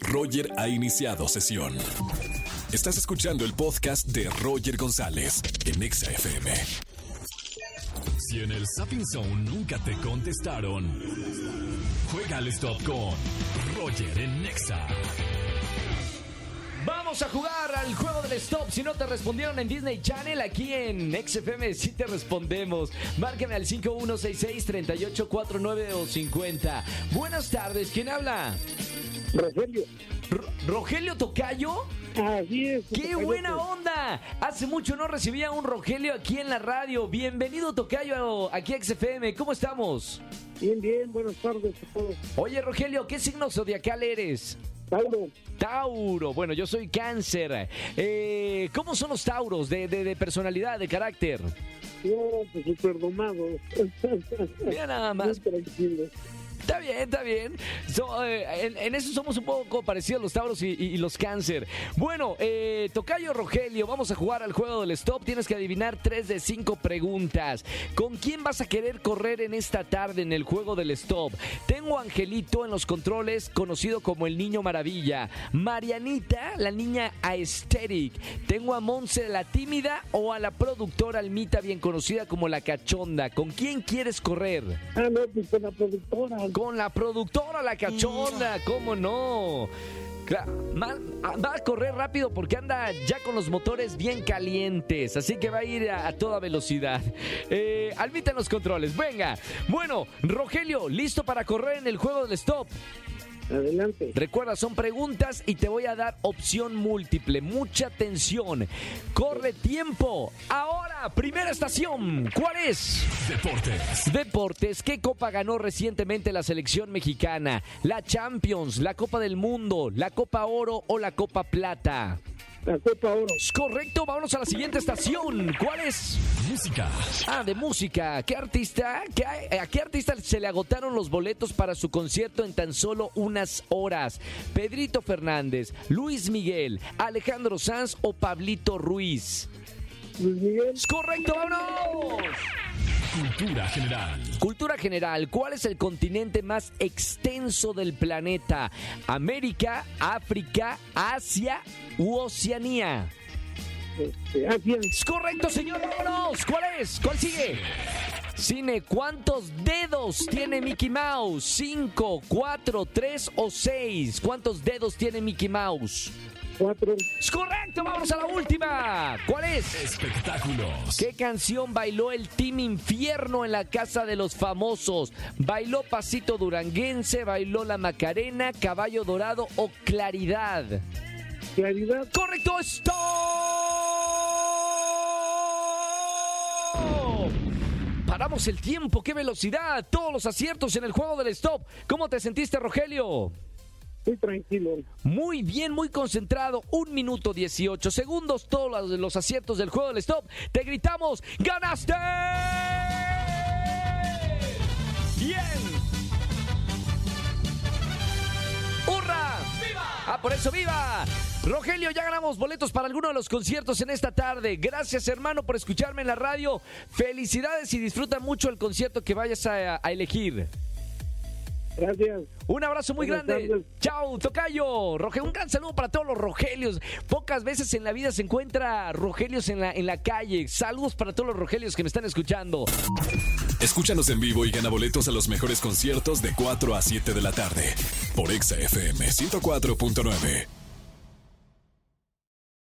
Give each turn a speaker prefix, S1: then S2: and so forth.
S1: Roger ha iniciado sesión. Estás escuchando el podcast de Roger González en Exa FM. Si en el Sapping Zone nunca te contestaron, juega al stop con Roger en Nexa.
S2: Vamos a jugar al juego del stop. Si no te respondieron en Disney Channel, aquí en XFM sí te respondemos. Márcame al 5166-3849 o 50. Buenas tardes, ¿quién habla?
S3: Rogelio.
S2: R- ¿Rogelio Tocayo?
S3: Así es.
S2: ¡Qué
S3: Tocayo,
S2: buena
S3: pues.
S2: onda! Hace mucho no recibía un Rogelio aquí en la radio. Bienvenido Tocayo aquí a XFM. ¿Cómo estamos?
S3: Bien, bien, buenas tardes a todos.
S2: Oye Rogelio, ¿qué signo zodiacal eres?
S3: Tauro,
S2: Tauro, bueno, yo soy cáncer. Eh, ¿Cómo son los tauros de, de- de personalidad, de carácter?
S3: yo, pues súper domado.
S2: Mira nada
S3: Muy
S2: más.
S3: tranquilo.
S2: Está bien, está bien. So, eh, en, en eso somos un poco parecidos los tauros y, y- y los cáncer. Bueno, eh, Tocayo Rogelio, vamos a jugar al juego del stop. Tienes que adivinar tres de cinco preguntas. ¿Con quién vas a querer correr en esta tarde en el juego del stop? Tengo a Angelito en los controles, conocido como el Niño Maravilla. Marianita, la niña aesthetic. Tengo a Monse, la tímida, o a la productora Almita, bien conocida como la cachonda. ¿Con quién quieres correr?
S3: Ah, no, pues con la productora.
S2: Con la productora La Cachonda, ¿cómo no? Cla- mal- a- va a correr rápido porque anda ya con los motores bien calientes, así que va a ir a, a toda velocidad. Eh, Almita en los controles, venga. Bueno, Rogelio, listo para correr en el juego del stop.
S3: Adelante.
S2: Recuerda, son preguntas y te voy a dar opción múltiple. Mucha atención. Corre tiempo. Ahora, primera estación. ¿Cuál es?
S1: Deportes,
S2: Deportes, ¿qué copa ganó recientemente la selección mexicana? ¿La Champions, la Copa del Mundo, la Copa Oro o la Copa Plata?
S3: La Copa Oro.
S2: Es correcto, vámonos a la siguiente estación. ¿Cuál es?
S1: música,
S2: Ah, de música. ¿Qué artista? ¿Qué- ¿A qué artista se le agotaron los boletos para su concierto en tan solo unas horas? ¿Pedrito Fernández, Luis Miguel, Alejandro Sanz o Pablito Ruiz?
S3: Luis Miguel,
S2: Es correcto, vámonos.
S1: cultura general,
S2: Cultura general, ¿cuál es el continente más extenso del planeta? ¿América, África, Asia u Oceanía?
S3: este, Asia,
S2: Es correcto, señor, vámonos. ¿Cuál es? ¿Cuál sigue? Cine, ¿cuántos dedos tiene Mickey Mouse? ¿Cinco, cuatro, tres o seis? ¿Cuántos dedos tiene Mickey Mouse?
S3: cuatro,
S2: Es correcto, vamos a la última. ¿Cuál es?
S1: espectáculos,
S2: ¿Qué canción bailó el Team Infierno en la Casa de los Famosos? ¿Bailó Pasito Duranguense? ¿Bailó La Macarena? ¿Caballo Dorado o Claridad?
S3: claridad.
S2: ¡Correcto! ¡Stop! Paramos el tiempo, qué velocidad, todos los aciertos en el juego del stop. ¿Cómo te sentiste, Rogelio?
S3: Muy tranquilo.
S2: Muy bien, muy concentrado. Un minuto 18 segundos. Todos los, los aciertos del juego del stop. Te gritamos, ¡ganaste! ¡Bien! ¡Hurra! ¡Viva! Ah, por eso viva. Rogelio, ya ganamos boletos para alguno de los conciertos en esta tarde. Gracias, hermano, por escucharme en la radio. Felicidades y disfruta mucho el concierto que vayas a- a elegir.
S3: Gracias.
S2: Un abrazo muy
S3: Buenas
S2: grande.
S3: tardes.
S2: Chao, Tocayo. Roge- un gran saludo para todos los Rogelios. Pocas veces en la vida se encuentra Rogelios en la, en la calle. Saludos para todos los Rogelios que me están escuchando.
S1: Escúchanos en vivo y gana boletos a los mejores conciertos de 4 a 7 de la tarde por Exa FM 104.9.